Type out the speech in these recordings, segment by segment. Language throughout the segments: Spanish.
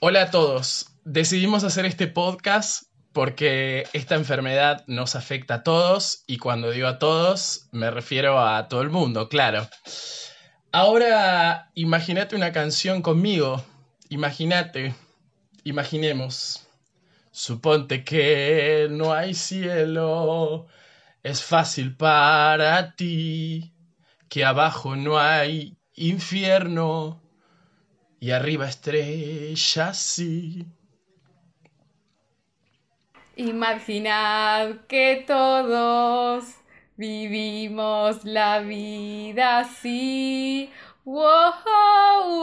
Hola a todos. Decidimos hacer este podcast porque esta enfermedad nos afecta a todos y cuando digo a todos me refiero a todo el mundo, claro. Ahora imagínate una canción conmigo. Imagínate. Imaginemos. Suponte que no hay cielo. Es fácil para ti que abajo no hay infierno y arriba estrellas sí. Imaginad que todos vivimos la vida así. Wow,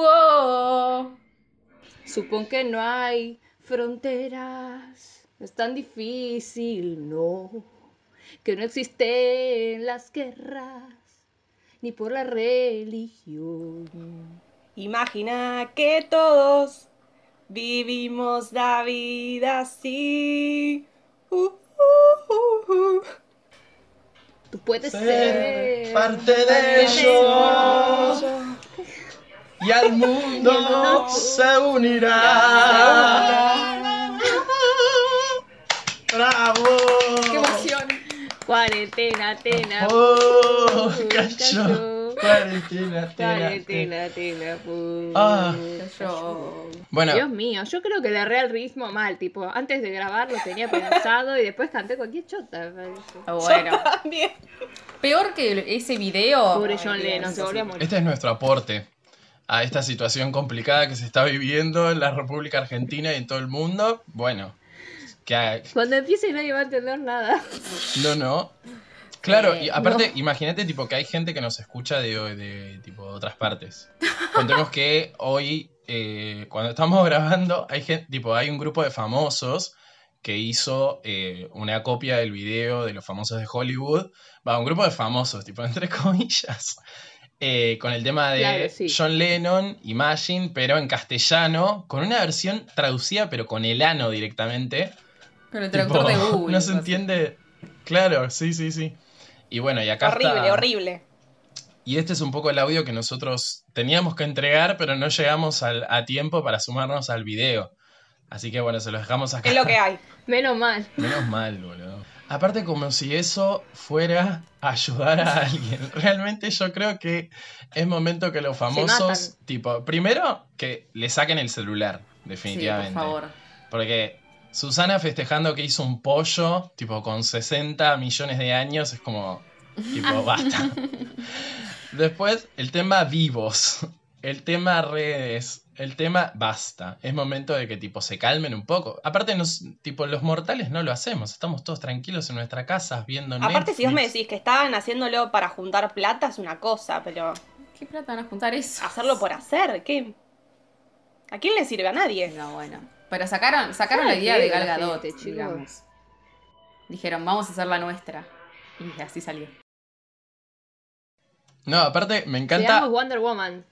wow. Supón que no hay fronteras, no es tan difícil, no. Que no existen las guerras, ni por la religión. Imagina que todos vivimos la vida así. Uh, uh, uh, uh. Tú puedes Ser ser parte de ellos y al mundo se unirá. ¡Bravo! ¡Qué emoción! Cuarentena, Atena. ¡Oh! pum, ¡Cayó! cayó. Cuarentena, tena. Cuarentena, Atena. pum, Ah. cayó. Bueno, Dios mío, yo creo que le erré al ritmo mal, tipo, antes de grabar lo tenía pensado y después canté cualquier chota. me parece. Ah, Bueno, También. peor que ese video. Pobre John Ay, Lennon, Dios. se volvió a morir. este es nuestro aporte a esta situación complicada que se está viviendo en la República Argentina y en todo el mundo. Bueno, que, ha- Cuando empiece nadie va a entender nada. No, no. Claro, Eh, y aparte, imagínate tipo que hay gente que nos escucha de, de, tipo otras partes. Contemos que hoy, eh, cuando estamos grabando, hay gente, tipo, hay un grupo de famosos que hizo eh, una copia del video de los famosos de Hollywood. Va, un grupo de famosos, tipo, entre comillas. eh, con el tema de Claro, sí. John Lennon, Imagine, pero en castellano, con una versión traducida, pero con el ano directamente. Con el Tipo, traductor de Google. No se así. entiende. Claro, sí, sí, sí. Y bueno, y acá horrible, está- horrible. Y este es un poco el audio que nosotros teníamos que entregar, pero no llegamos al- a tiempo para sumarnos al video. Así que bueno, se los dejamos acá. Es lo que hay. Menos mal. Menos mal, boludo. Aparte, como si eso fuera ayudar a alguien. Realmente yo creo que es momento que los famosos, tipo, primero que le saquen el celular, Sí, definitivamente. por favor. Porque Susana festejando que hizo un pollo, tipo con 60 millones de años, es como, Ah. tipo, basta. Después, el tema vivos, el tema redes, el tema basta. Es momento de que, tipo, se calmen un poco. Aparte, nos, tipo, los mortales no lo hacemos. Estamos todos tranquilos en nuestra casa viendo Aparte, si vos me Netflix. decís que estaban haciéndolo para juntar plata, es una cosa, pero ¿Qué plata van a juntar eso? hacerlo por hacer, ¿qué? ¿A quién le sirve a nadie? No, bueno. Pero sacaron, sacaron la Ay, idea qué de Gal la Gadot, gente, chicos. digamos. Dijeron, vamos a hacer la nuestra. Y así salió. No, aparte, me encanta... Seamos Wonder Woman.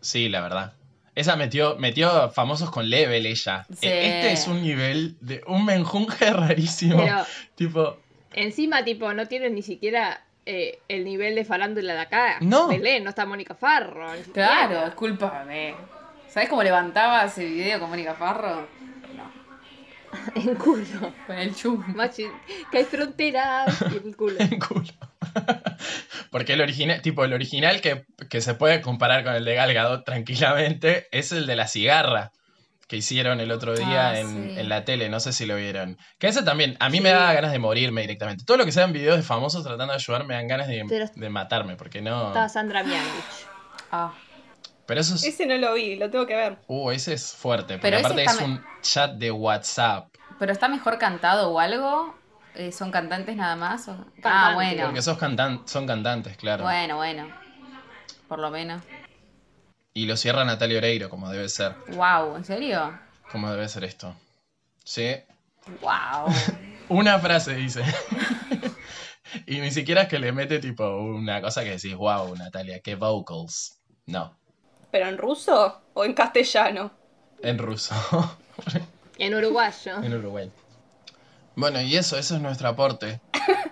Sí, la verdad. Esa metió, metió famosos con level ella. Sí. E- Este es un nivel de un menjunje rarísimo. Pero Tipo, encima, tipo, no tienes ni siquiera eh, el nivel de farándula de acá. No. Belén, no está Mónica Farro. ni siquiera. Claro, discúlpame. ¿Sabés cómo levantaba ese video con Mónica Farro? No, En culo. con el chum. Machi, que hay fronteras y el culo. en culo. Porque el original, tipo, el original que, que se puede comparar con el de Gal Gadot tranquilamente es el de la cigarra que hicieron el otro día Ah, en, sí. en la tele, no sé si lo vieron. Que ese también, a mí me da ganas de morirme directamente. Todo lo que sean videos de famosos tratando de ayudar me dan ganas de, Pero- de matarme, porque no... Estaba Sandra Mianovich. Ah, Pero eso es... Ese no lo vi, lo tengo que ver. Uh, ese es fuerte, porque Pero ese aparte está es me- un chat de WhatsApp. pero está mejor cantado o algo. Eh, ¿Son cantantes nada más? o- Ah, Cantantes. bueno. Porque sos cantan- son cantantes, claro. Bueno, bueno. Por lo menos. Y lo cierra Natalia Oreiro, como debe ser. Wow, ¿en serio? Como debe ser esto. Sí, Wow. Una frase dice. y ni siquiera es que le mete tipo una cosa que decís, wow, Natalia, qué vocals. No, ¿Pero en ruso o en castellano? en ruso, En uruguayo. en Uruguay. Bueno, y eso, eso es nuestro aporte.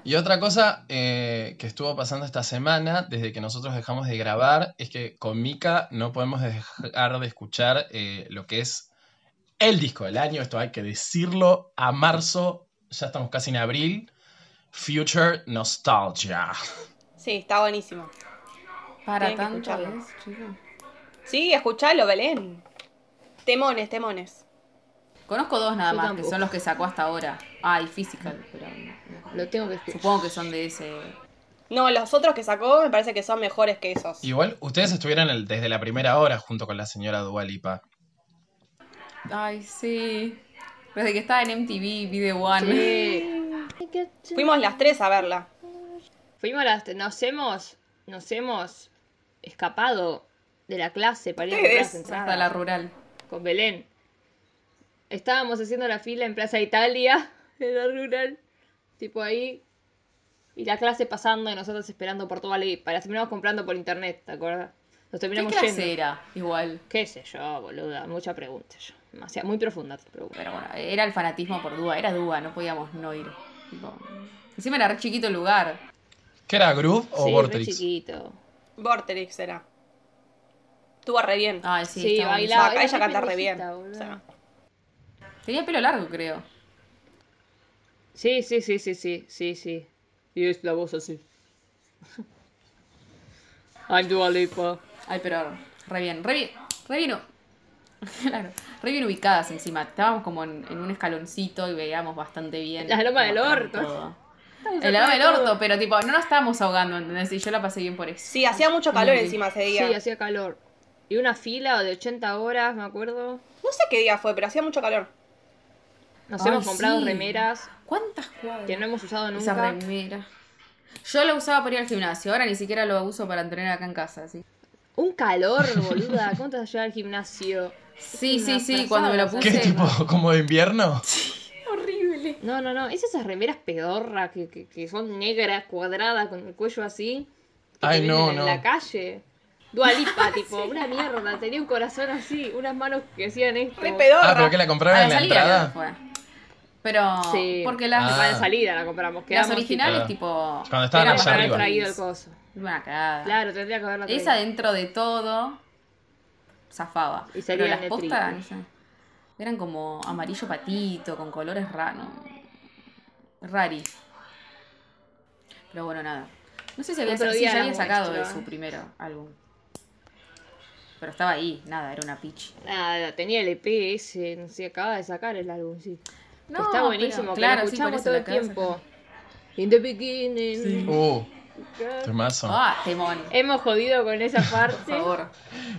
Y otra cosa eh, que estuvo pasando esta semana, desde que nosotros dejamos de grabar, es que con Mika no podemos dejar de escuchar eh, lo que es el disco del año, esto hay que decirlo, a marzo, ya estamos casi en abril, Future Nostalgia. Sí, está buenísimo. Para Tienen que tanto escucharlo. es, chicos. Sí, escuchalo, Belén. Temones, temones. Conozco dos nada Yo más, que tampoco. son los que sacó hasta ahora. Ah, y Physical, pero no. Lo tengo que escuchar. supongo que son de ese. No, los otros que sacó me parece que son mejores que esos. Igual, ustedes estuvieron el- desde la primera hora junto con la señora Dualipa. Ay, sí. Desde que estaba en MTV, Video One. Sí. Fuimos las tres a verla. Fuimos las. Nos hemos. Nos hemos escapado de la clase para ir a comprar Ustedes, las Hasta entradas la rural. con Belén. Estábamos haciendo la fila en Plaza Italia, en la rural, tipo ahí. Y la clase pasando y nosotros esperando por toda la. Para terminamos comprando por internet, ¿te acuerdas? ¿Qué Nos terminamos clase yendo. era? Igual. ¿Qué sé yo, boluda? Mucha pregunta yo. Demasiado, muy profunda tu pregunta. Pero bueno, era el fanatismo por Dúa, era Dúa, no podíamos no ir. Tipo, Encima era re chiquito el lugar. ¿Qué era Groove o sí, re Vortrix? chiquito. Vorterix era. Estuvo re bien. Ay, sí, Sí, estaba bailaba. Acá Ah, era ella re canta re bien. pendejita, boluda. O sea, buenísimo. Tenía pelo largo, creo. Sí, sí, sí, sí, sí, sí, sí. Y es la voz así. I'm Dua Lipa. Ay, pero re bien, re bien, re bien. u- Claro, re bien ubicadas encima. Estábamos como en, en un escaloncito y veíamos bastante bien. La loma del cómo estaba orto. todo. Estamos El atrás loma de del todo. orto, pero tipo, no nos estábamos ahogando, ¿entendés? Y yo la pasé bien por eso. Sí, hacía mucho calor Sí. encima ese día. Sí, hacía calor. Y una fila de 80 horas, me acuerdo. No sé qué día fue, pero hacía mucho calor. Nos Ay, hemos comprado sí. remeras ¿Cuántas cuadras? que no hemos usado Esa nunca. remera. Yo la usaba para ir al gimnasio, ahora ni siquiera lo uso para entrenar acá en casa, ¿sí? Un calor, boluda. ¿Cómo te vas a llevar al gimnasio? Sí, una sí, sí, pasada, cuando me lo o sea. puse. ¿Qué es tipo como de invierno? Horrible. No, no, no. Es esas remeras pedorras que, que, que son negras, cuadradas, con el cuello así. que Ay, te no, venden no. En la calle. Dualipa, tipo, una mierda. Tenía un corazón así, unas manos que hacían esto. Re Ah, pedorra. pero que la A compraron la en la salida creo que entrada. fue. Pero, Sí. porque las, Ah. Para la salida la compramos. las Quedamos originales, Ah. tipo. Cuando estaban allá eran Tendría que para haber arriba. traído el París. coso. Una cagada. Claro, tendría que haberla traído. Esa dentro de todo zafaba. Y Pero salían las de postas, trigo. no sé, eran como amarillo patito, con colores raros. Rari. Pero bueno, nada. No sé si había, Otro sí, día ya la había sacado de muestro. su primer álbum. Pero estaba ahí, nada, era una pitch. Nada, tenía el EP ese, no sé, acaba de sacar el álbum, sí. Que No, está pero- buenísimo, que claro, lo sí, por escuchamos eso todo la el acabas de tiempo. sacar. In the beginning. Uh, temazo. Ah, temón. Hemos jodido con esa Por parte. favor.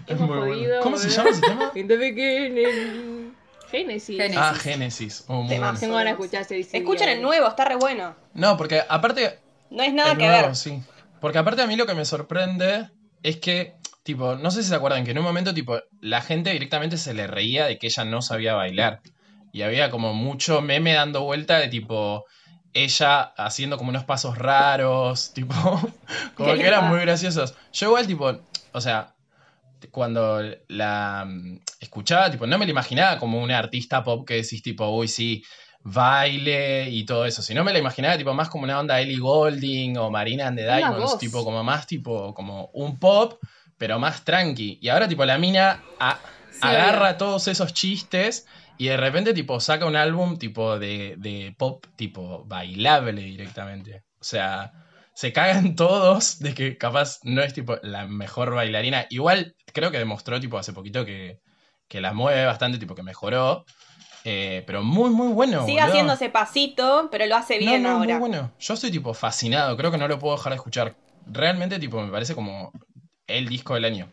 Es Hemos muy bueno. jodido. ¿Cómo se boludo. llama ese tema? In the beginning. Génesis. Ah, Génesis. Ah, Génesis. Oh, muy bueno. Temazo. Tengo ganas de escuchar ese disco. Escuchen el nuevo, está re bueno. No, porque aparte No es nada El que nuevo, ver. sí. Porque aparte a mí lo que me sorprende es que, tipo, no sé si se acuerdan que en un momento, tipo, la gente directamente se le reía de que ella no sabía bailar. Y había como mucho meme dando vuelta de tipo ella haciendo como unos pasos raros, tipo, como Qué que eran lindo. muy graciosos. Yo igual, tipo, o sea, cuando la mm, escuchaba, tipo, no me la imaginaba como una artista pop que decís, tipo, uy, sí, baile y todo eso. Si no me la imaginaba, tipo, más como una onda Ellie Golding o Marina and the la Diamonds, voz. tipo, como más, tipo, como un pop, pero más tranqui. Y ahora, tipo, la mina a- Sí, agarra todos esos chistes y de repente, tipo, saca un álbum, tipo, de, de pop, tipo, bailable directamente. O sea, se cagan todos de que capaz no es, tipo, la mejor bailarina. Igual, creo que demostró, tipo, hace poquito que, que la mueve bastante, tipo, que mejoró. Eh, pero muy, muy bueno. Sigue boludo. haciéndose pasito, pero lo hace bien no, no, ahora. Muy bueno. Yo estoy tipo fascinado, creo que no lo puedo dejar de escuchar. Realmente, tipo, me parece como el disco del año.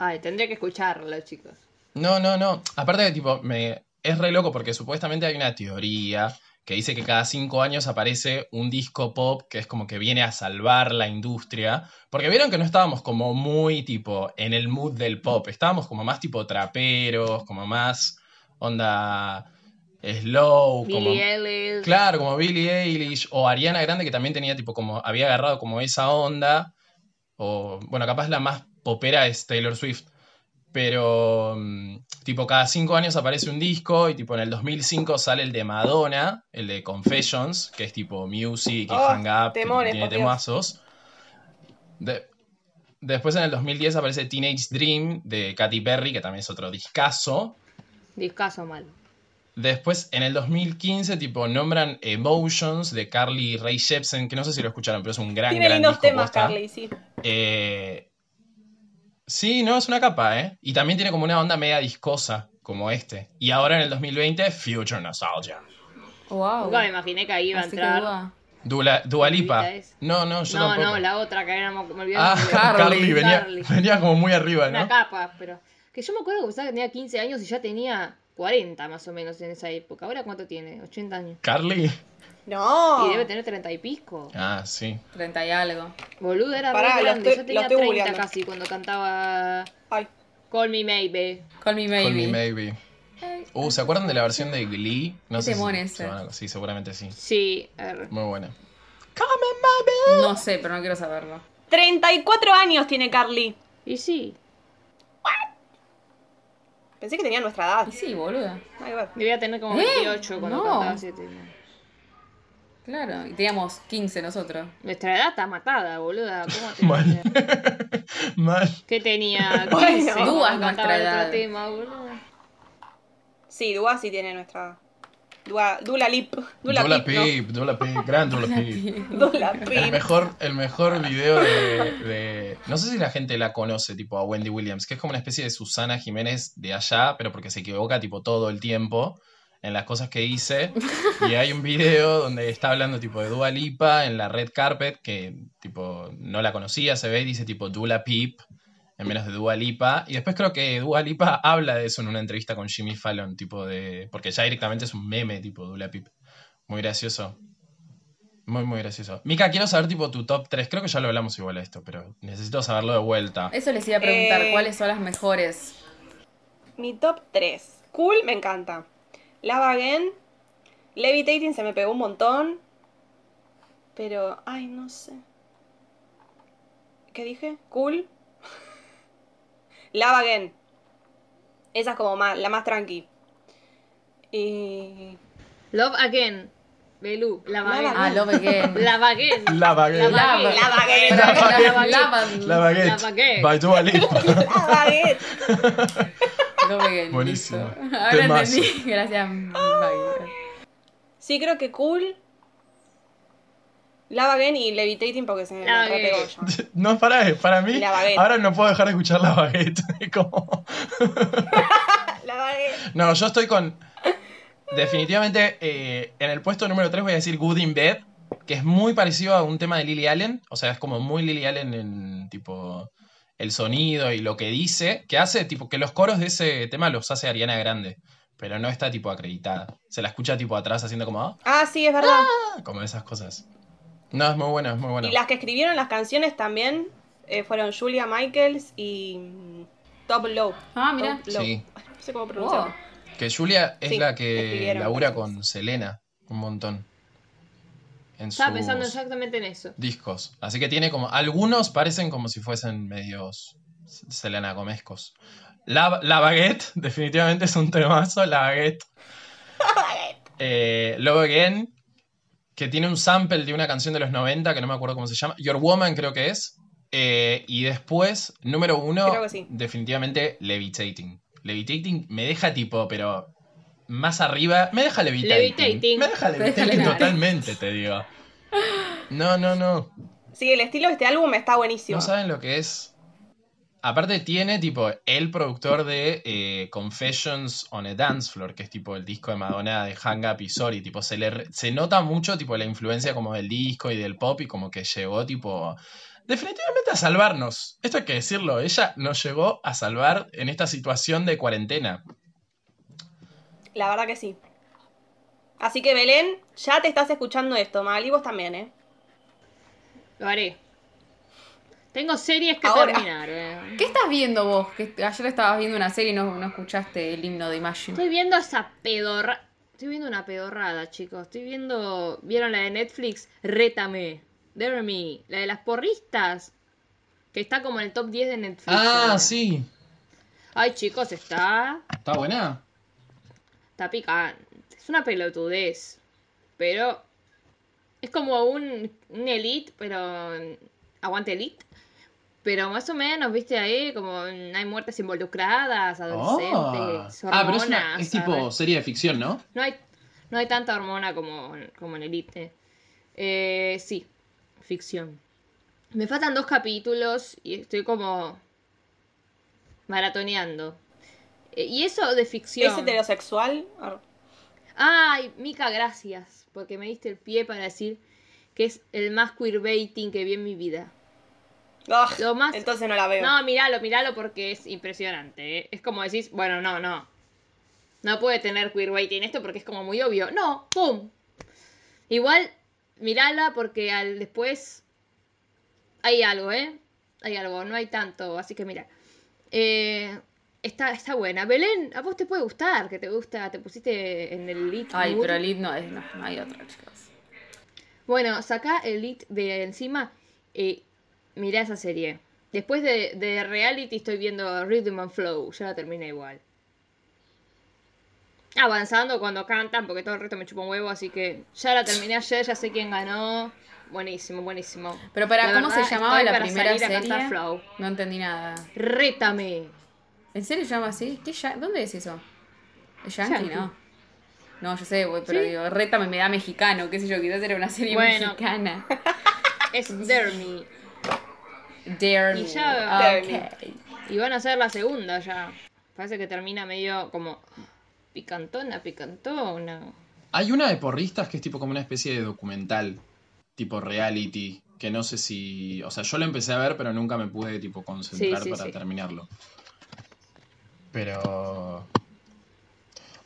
Ay, tendría que escucharlo, chicos. No, no, no. Aparte que tipo, me... es re loco porque supuestamente hay una teoría que dice que cada cinco años aparece un disco pop que es como que viene a salvar la industria. Porque vieron que no estábamos como muy tipo en el mood del pop, estábamos como más tipo traperos, como más onda slow, como... Billie Ellis. Claro, como Billie Eilish o Ariana Grande, que también tenía tipo como, había agarrado como esa onda. O, bueno, capaz la más popera es Taylor Swift. Pero, mm, tipo, cada cinco años aparece un disco y, tipo, en el 2005 sale el de Madonna, el de Confessions, que es tipo Music y Oh, Hang Up, que temores, tiene por Dios. temazos. De- después, en el 2010 aparece Teenage Dream de Katy Perry, que también es otro discazo. Discaso mal. Después, en el 2015, tipo, nombran Emotions de Carly Ray Jepsen, que no sé si lo escucharon, pero es un gran, Tiene gran lindos disco, temas, posta. Carly, sí. Eh, sí, no, es una capa, ¿eh? Y también tiene como una onda media discosa, como este. Y ahora en el 2020, Future Nostalgia. Wow. Nunca me imaginé que ahí iba a Oh, Así que entrar. duda. Dula, Dua Lipa. Dudita es. No, no, yo No, tampoco. no, la otra que era, me olvidé. Ah, Carly, Carly, venía, Carly. venía como muy arriba, Una ¿no? capa, pero. Que yo me acuerdo que pensaba que tenía 15 años y ya tenía 40 más o menos en esa época. ¿Ahora cuánto tiene? 80 años. Carly. No. Y debe tener 30 y pico. Ah, sí. 30 y algo. Boludo, era Pará, re lo grande. estoy- yo lo tenía estoy 30 googleando. casi cuando cantaba Ay, Call Me Maybe. Call me Call me maybe. maybe. Uh, ¿se acuerdan de la versión de Glee? No Qué sé temón si ese. se van a- Sí, seguramente sí. Sí, er, Muy buena. No sé, pero no quiero saberlo. 34 años tiene Carly. y sí, Pensé que tenía nuestra edad. Y sí, boluda. Ay, bueno. debía tener como ¿Eh? 28 cuando No. cantaba 7. Claro. Y teníamos 15 nosotros. Nuestra edad está matada, boluda. ¿Cómo te Mal. Mal. ¿Qué tenía? Bueno. 15 cuando Dudas cantaba nuestra el otro edad. tema, boluda. Sí, Dua sí tiene nuestra edad. Dua, Dula Lip. Dula, Dula Pip, no. Pip, Dula Pip, gran Dula Pip. Dula El Pip. mejor, el mejor video de, de- No sé si la gente la conoce, tipo a Wendy Williams, que es como una especie de Susana Jiménez de allá, pero porque se equivoca, tipo, todo el tiempo en las cosas que dice. Y hay un video donde está hablando, tipo, de Dua Lipa en la red carpet, que, tipo, no la conocía, se ve y dice, tipo, Dula Pip, en menos de Dua Lipa. Y después creo que Dua Lipa habla de eso en una entrevista con Jimmy Fallon, tipo, de. Porque ya directamente es un meme, tipo, Dula Pip. Muy gracioso. Muy, muy gracioso. Mika, quiero saber tipo tu top 3. Creo que ya lo hablamos igual a esto, pero necesito saberlo de vuelta. Eso les iba a preguntar, Eh. ¿cuáles son las mejores? Mi top 3. Cool, me encanta. Love Again. Levitating se me pegó un montón. Pero, ay, no sé. ¿Qué dije? Cool. Love Again. Esa es como más, la más tranqui. Y... Love Again. Belú, la baguette. Ah, Love Again. La baguette. La baguette. La Lava. baguette. Love Again. Para La mí, la- la- baguette. La baguette. La baguette. By Dua Lipa. Love Again. Love Again, Buenísimo. listo. Ahora Temazo. entendí. Gracias, Maggie. Sí, creo que cool. Lava Again y Levitating porque se me Love Again. repegó yo. No, para, para mí. La baguette. Ahora no puedo dejar de escuchar la baguette. Es como- Love Again. No, yo estoy con. Definitivamente eh, en el puesto número 3 voy a decir Good in Bed, que es muy parecido a un tema de Lily Allen. O sea, es como muy Lily Allen en tipo el sonido y lo que dice. Que hace tipo que los coros de ese tema los hace Ariana Grande, pero no está tipo acreditada. Se la escucha tipo atrás haciendo como. "Ah", Ah, sí, es verdad. como esas cosas. No, es muy bueno, es muy bueno. Y las que escribieron las canciones también eh, fueron Julia Michaels y mm, Top Low. Ah, mira. Top Low. Sí. Ay, No sé cómo Wow. pronunciarlo. Que Julia es Sí, la que escribieron labura canciones. con Selena un montón. En Estaba sus- pensando exactamente en eso. discos. Así que tiene como. Algunos parecen como si fuesen medios Selena Gomezcos. La, la Baguette, definitivamente es un temazo. La Baguette. Eh, Love Again, que tiene un sample de una canción de los 90 que no me acuerdo cómo se llama. Your Woman, creo que es. Eh, y después, número uno, Creo que sí. definitivamente Levitating. Levitating me deja tipo, pero más arriba. Me deja levitating. Levitating. Me deja Te deja levitating levitar. totalmente, te digo. No, no, no. Sí, el estilo de este álbum está buenísimo. No saben lo que es. Aparte tiene tipo el productor de eh, Confessions on a Dance Floor, que es tipo el disco de Madonna de Hang Up y Sorry, tipo se le re- se nota mucho tipo la influencia como del disco y del pop y como que llegó tipo definitivamente a salvarnos. Esto hay que decirlo, ella nos llegó a salvar en esta situación de cuarentena. La verdad que sí. Así que Belén, ya te estás escuchando esto, Magali, vos también, ¿eh? Lo haré. Tengo series que Ahora. terminar. eh. ¿Qué estás viendo vos? Que ayer estabas viendo una serie y no, no escuchaste el himno de Imagine. Estoy viendo esa pedorra. Estoy viendo una pedorrada, chicos. Estoy viendo. ¿Vieron la de Netflix? Rétame. Dare me. La de las porristas. Que está como en el top 10 de Netflix. Ah, ahora. sí. Ay, chicos, está. Está buena. Está picante. Es una pelotudez. Pero. Es como un, un elite, pero. Aguante elite. Pero más o menos, viste ahí, como mm, hay muertes involucradas, adolescentes, Oh. hormonas. Ah, pero es, una- es tipo ¿sabes? serie de ficción, ¿no? No hay, no hay tanta hormona como, como en Elite. Eh, sí, ficción. Me faltan dos capítulos y estoy como maratoneando. Eh, y eso de ficción. ¿Es heterosexual? Ah. Ar- Ay, Mica, gracias, porque me diste el pie para decir que es el más queerbaiting que vi en mi vida. Ah, Lo más- Entonces no la veo. No, míralo, míralo porque es impresionante. ¿eh? Es como decís, bueno, no, no. No puede tener queerbaiting esto porque es como muy obvio. No, ¡pum! Igual, mírala porque al después hay algo, ¿eh? Hay algo, no hay tanto, así que mira. Eh, está, está buena. Belén, a vos te puede gustar, que te gusta, te pusiste en el lead. Ay, mood. pero Lid no es, no, no hay otra, chicos. Bueno, saca el lead de encima y mirá esa serie. Después de, de reality estoy viendo Rhythm and Flow, ya la terminé igual. Avanzando cuando cantan, porque todo el resto me chupa un huevo, así que ya la terminé ayer, ya sé quién ganó. Buenísimo, buenísimo. Pero para, La ¿cómo se verdad, llamaba estoy la para primera salir a cantar serie? Flow. No entendí nada. Rétame. ¿En serio se llama así? ¿Qué ya- ¿Dónde es eso? ¿Es yankee, Yankee. no? No, yo sé, güey, pero Sí. digo, rétame, me da mexicano, qué sé yo, quizás era una serie Bueno. mexicana. Es Dermy. Dare Y me. ya- Ok. Dare me. Y van a ser la segunda ya. Parece que termina medio como picantona, picantona. Hay una de porristas que es tipo como una especie de documental, tipo reality, que no sé si, o sea, yo lo empecé a ver, pero nunca me pude tipo concentrar Sí, sí, para sí. terminarlo. Pero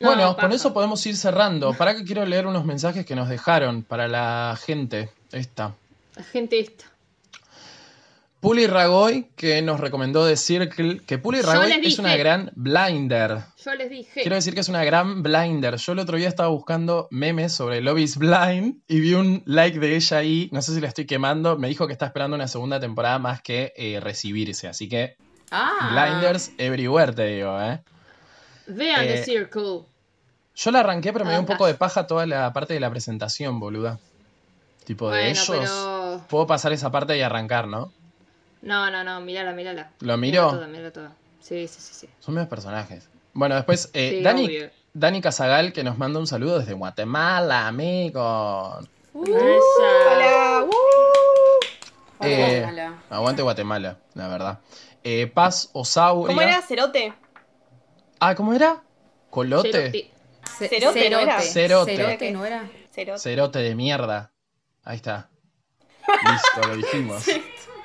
No, bueno, paja. con eso podemos ir cerrando. Para que quiero leer unos mensajes que nos dejaron para la gente. Esta. La gente esta. Puli Ragoy, que nos recomendó de Circle, que Puli Yo Ragoy les es una dije. gran blinder. Yo les dije. Quiero decir que es una gran blinder. Yo el otro día estaba buscando memes sobre Love is Blind y vi un like de ella ahí. No sé si la estoy quemando. Me dijo que está esperando una segunda temporada más que eh, recibirse. Así que Ah. blinders everywhere, te digo, ¿eh? Vean Eh, The Circle. Yo la arranqué, pero me dio un Andas. poco de paja toda la parte de la presentación, boluda. Tipo de Bueno, ellos. pero. Puedo pasar esa parte y arrancar, ¿no? No, no, no, mírala, mírala. ¿Lo Mírala miro? toda, mírala toda. Sí, sí, sí. sí. Son menos personajes. Bueno, después, eh, Sí, Dani, obvio. Dani Casagal, que nos manda un saludo desde Guatemala, amigo. Esa. Hola. uh. Eh, Guatemala. Aguante Guatemala, la verdad. Eh, Paz Osau. ¿Cómo era? Cerote. Ah, ¿cómo era? Colote. Cerote. Cerote, Ce- Cerote, ¿no era? Cerote. Cerote, ¿no era? Cerote. de mierda. Ahí está. Listo, lo dijimos.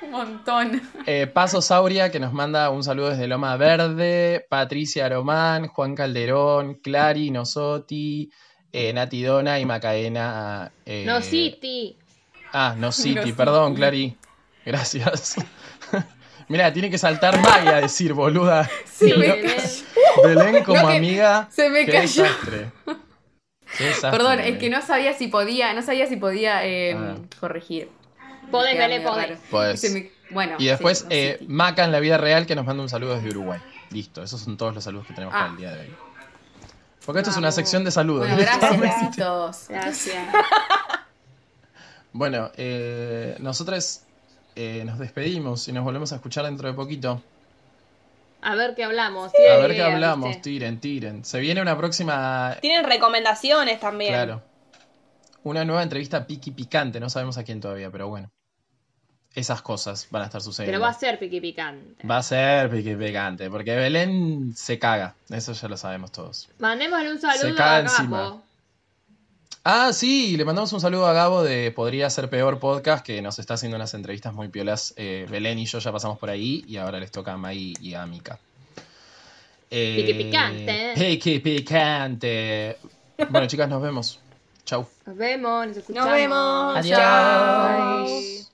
Un montón. Eh, Paz Osauria, que nos manda un saludo desde Loma Verde. Patricia Román, Juan Calderón, Clari Nosoti, eh, Nati Dona y Macaena. eh, No City. Ah, no City, City. perdón, Clary. Gracias. Mira, tiene que saltar Maya a decir, boluda. Sí, Sí, me Belén. cayó. Belén como No, que amiga. se me qué cayó. desastre. Qué desastre, Perdón, Belén. es que no sabía si podía, no sabía si podía eh, Ah. corregir. Podés, Queda Belén, medio podés. raro. Podés. Se me- Bueno. Y después sí, no, eh, sí. Maca en la vida real que nos manda un saludo desde Uruguay. Listo, esos son todos los saludos que tenemos Ah. para el día de hoy. Porque esto es una Vamos. sección de saludos. Bueno, gracias, directamente. besitos. Gracias. Bueno, eh, nosotros eh, nos despedimos y nos volvemos a escuchar dentro de poquito. A ver qué hablamos. A tienen ver qué ideas, hablamos, ¿viste? tiren, tiren. Se viene una próxima Tienen recomendaciones también. Claro. Una nueva entrevista piqui picante, no sabemos a quién todavía, pero bueno. Esas cosas van a estar sucediendo. Pero va a ser piqui picante. Va a ser piqui picante, porque Belén se caga, eso ya lo sabemos todos. Mandémosle un saludo caga a encima. Gapo. Ah, sí, le mandamos un saludo a Gabo de Podría Ser Peor Podcast, que nos está haciendo unas entrevistas muy piolas. Eh, Belén y yo ya pasamos por ahí y ahora les toca a Mai y a Mika. Eh, Piqui picante. Piqui picante. Bueno, chicas, nos vemos. Chau. Nos vemos, nos escuchamos. Nos vemos. Adiós. Chao. Bye.